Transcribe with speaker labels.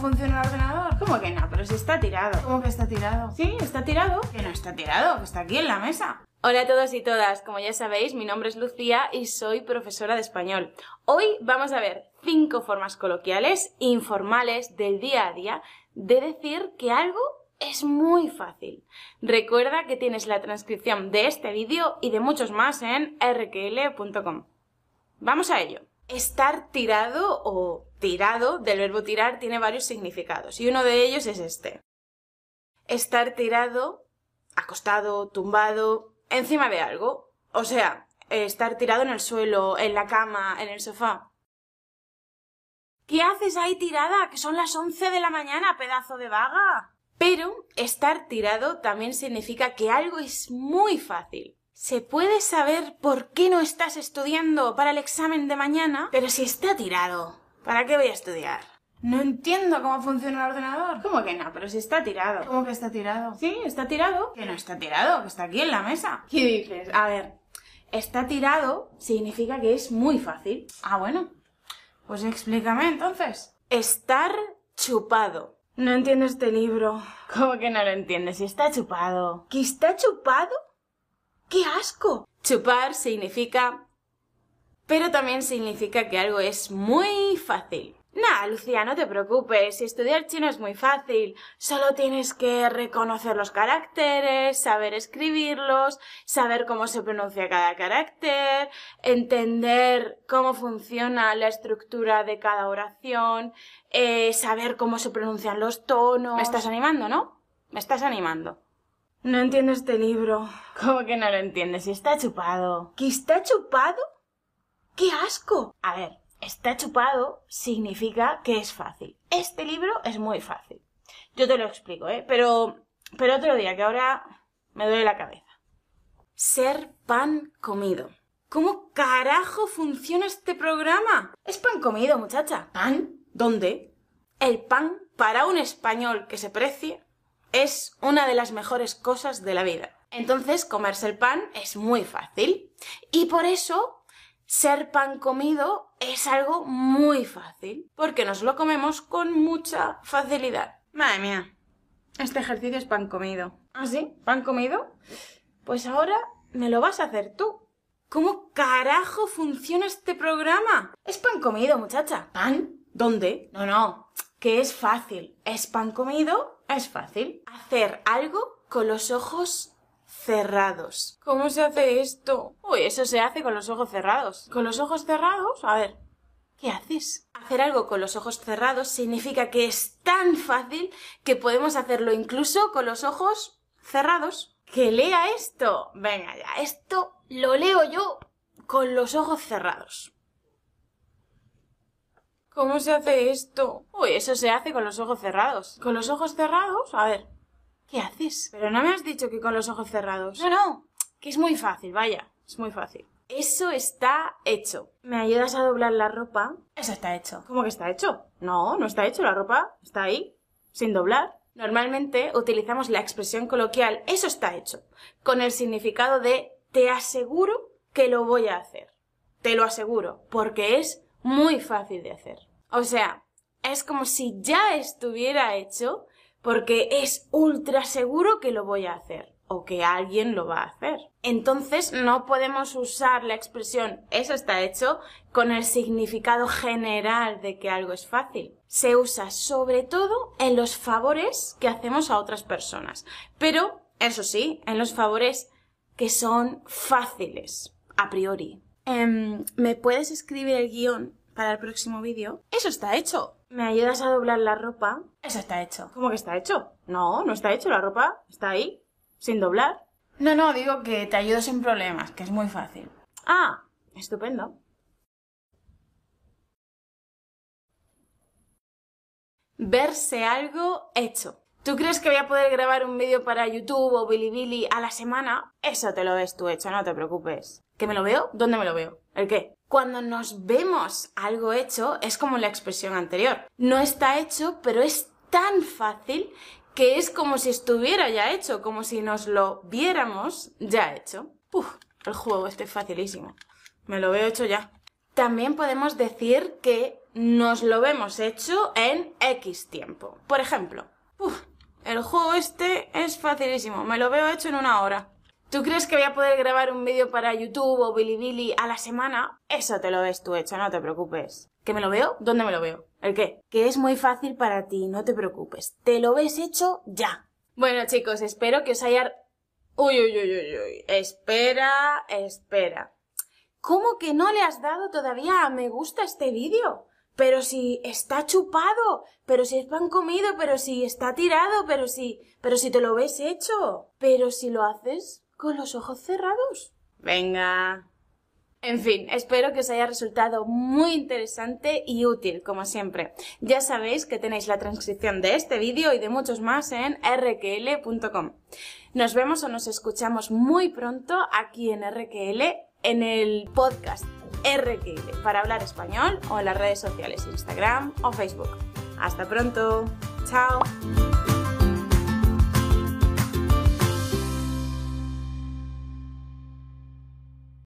Speaker 1: funciona el ordenador?
Speaker 2: ¿Cómo que no? Pero si está tirado.
Speaker 1: ¿Cómo que está tirado?
Speaker 2: Sí, está tirado.
Speaker 1: Que no está tirado, que está aquí en la mesa.
Speaker 2: Hola a todos y todas, como ya sabéis, mi nombre es Lucía y soy profesora de español. Hoy vamos a ver cinco formas coloquiales, informales, del día a día, de decir que algo es muy fácil. Recuerda que tienes la transcripción de este vídeo y de muchos más en rkl.com. Vamos a ello. Estar tirado o tirado del verbo tirar tiene varios significados y uno de ellos es este. Estar tirado, acostado, tumbado, encima de algo. O sea, estar tirado en el suelo, en la cama, en el sofá. ¿Qué haces ahí tirada? Que son las once de la mañana, pedazo de vaga. Pero estar tirado también significa que algo es muy fácil. Se puede saber por qué no estás estudiando para el examen de mañana, pero si está tirado, ¿para qué voy a estudiar?
Speaker 1: No entiendo cómo funciona el ordenador.
Speaker 2: ¿Cómo que no? Pero si está tirado.
Speaker 1: ¿Cómo que está tirado?
Speaker 2: Sí, está tirado.
Speaker 1: Que no está tirado, que está aquí en la mesa.
Speaker 2: ¿Qué dices? A ver, está tirado significa que es muy fácil.
Speaker 1: Ah, bueno. Pues explícame entonces.
Speaker 2: Estar chupado. No entiendo este libro. ¿Cómo que no lo entiendes? Si está chupado. ¿Que está chupado? ¡Qué asco! Chupar significa... Pero también significa que algo es muy fácil. Nah, Lucía, no te preocupes. Estudiar chino es muy fácil. Solo tienes que reconocer los caracteres, saber escribirlos, saber cómo se pronuncia cada carácter, entender cómo funciona la estructura de cada oración, eh, saber cómo se pronuncian los tonos. Me estás animando, ¿no? Me estás animando. No entiendo este libro. ¿Cómo que no lo entiendes? Si está chupado. ¿Que está chupado? ¡Qué asco! A ver, está chupado significa que es fácil. Este libro es muy fácil. Yo te lo explico, ¿eh? Pero, pero otro día, que ahora me duele la cabeza. Ser pan comido. ¿Cómo carajo funciona este programa? Es pan comido, muchacha.
Speaker 1: ¿Pan?
Speaker 2: ¿Dónde? El pan, para un español que se precie, es una de las mejores cosas de la vida. Entonces, comerse el pan es muy fácil. Y por eso ser pan comido es algo muy fácil, porque nos lo comemos con mucha facilidad.
Speaker 1: Madre mía. Este ejercicio es pan comido.
Speaker 2: ¿Ah, sí? ¿Pan comido? Pues ahora me lo vas a hacer tú. ¿Cómo carajo funciona este programa? Es pan comido, muchacha.
Speaker 1: ¿Pan?
Speaker 2: ¿Dónde?
Speaker 1: No, no.
Speaker 2: Que es fácil. Es pan comido, es fácil. Hacer algo con los ojos cerrados. ¿Cómo se hace esto? Uy, eso se hace con los ojos cerrados. ¿Con los ojos cerrados? A ver, ¿qué haces? Hacer algo con los ojos cerrados significa que es tan fácil que podemos hacerlo incluso con los ojos cerrados. ¡Que lea esto! Venga ya, esto lo leo yo con los ojos cerrados. ¿Cómo se hace esto? Uy, eso se hace con los ojos cerrados. ¿Con los ojos cerrados? A ver, ¿Qué haces? Pero no me has dicho que con los ojos cerrados. No, no, que es muy fácil, vaya, es muy fácil. Eso está hecho. ¿Me ayudas a doblar la ropa?
Speaker 1: Eso está hecho.
Speaker 2: ¿Cómo que está hecho? No, no está hecho, la ropa está ahí, sin doblar. Normalmente utilizamos la expresión coloquial eso está hecho, con el significado de te aseguro que lo voy a hacer. Te lo aseguro, porque es muy fácil de hacer. O sea, es como si ya estuviera hecho porque es ultra seguro que lo voy a hacer o que alguien lo va a hacer. Entonces no podemos usar la expresión eso está hecho con el significado general de que algo es fácil. Se usa sobre todo en los favores que hacemos a otras personas, pero eso sí, en los favores que son fáciles, a priori. Em, ¿Me puedes escribir el guión para el próximo vídeo? Eso está hecho. ¿Me ayudas a doblar la ropa?
Speaker 1: Eso está hecho.
Speaker 2: ¿Cómo que está hecho? No, no está hecho, la ropa está ahí, sin doblar.
Speaker 1: No, no, digo que te ayudo sin problemas, que es muy fácil.
Speaker 2: Ah, estupendo. Verse algo hecho. ¿Tú crees que voy a poder grabar un vídeo para YouTube o Bilibili a la semana? Eso te lo ves tú hecho, no te preocupes. ¿Que me lo veo? ¿Dónde me lo veo? ¿El qué? Cuando nos vemos algo hecho, es como la expresión anterior. No está hecho, pero es tan fácil que es como si estuviera ya hecho, como si nos lo viéramos ya hecho. Uf, el juego este es facilísimo. Me lo veo hecho ya. También podemos decir que nos lo vemos hecho en X tiempo. Por ejemplo, uf, el juego este es facilísimo, me lo veo hecho en una hora. ¿Tú crees que voy a poder grabar un vídeo para YouTube o Bilibili a la semana? Eso te lo ves tú hecho, no te preocupes. ¿Que me lo veo? ¿Dónde me lo veo? ¿El qué? Que es muy fácil para ti, no te preocupes. Te lo ves hecho ya. Bueno, chicos, espero que os haya... Uy, uy, uy, uy, uy. Espera, espera. ¿Cómo que no le has dado todavía a me gusta a este vídeo? Pero si está chupado, pero si es pan comido, pero si está tirado, pero si, pero si te lo ves hecho, pero si lo haces con los ojos cerrados. Venga. En fin, espero que os haya resultado muy interesante y útil, como siempre. Ya sabéis que tenéis la transcripción de este vídeo y de muchos más en rql.com. Nos vemos o nos escuchamos muy pronto aquí en RQL, en el podcast RQL, para hablar español o en las redes sociales Instagram o Facebook. Hasta pronto. Chao.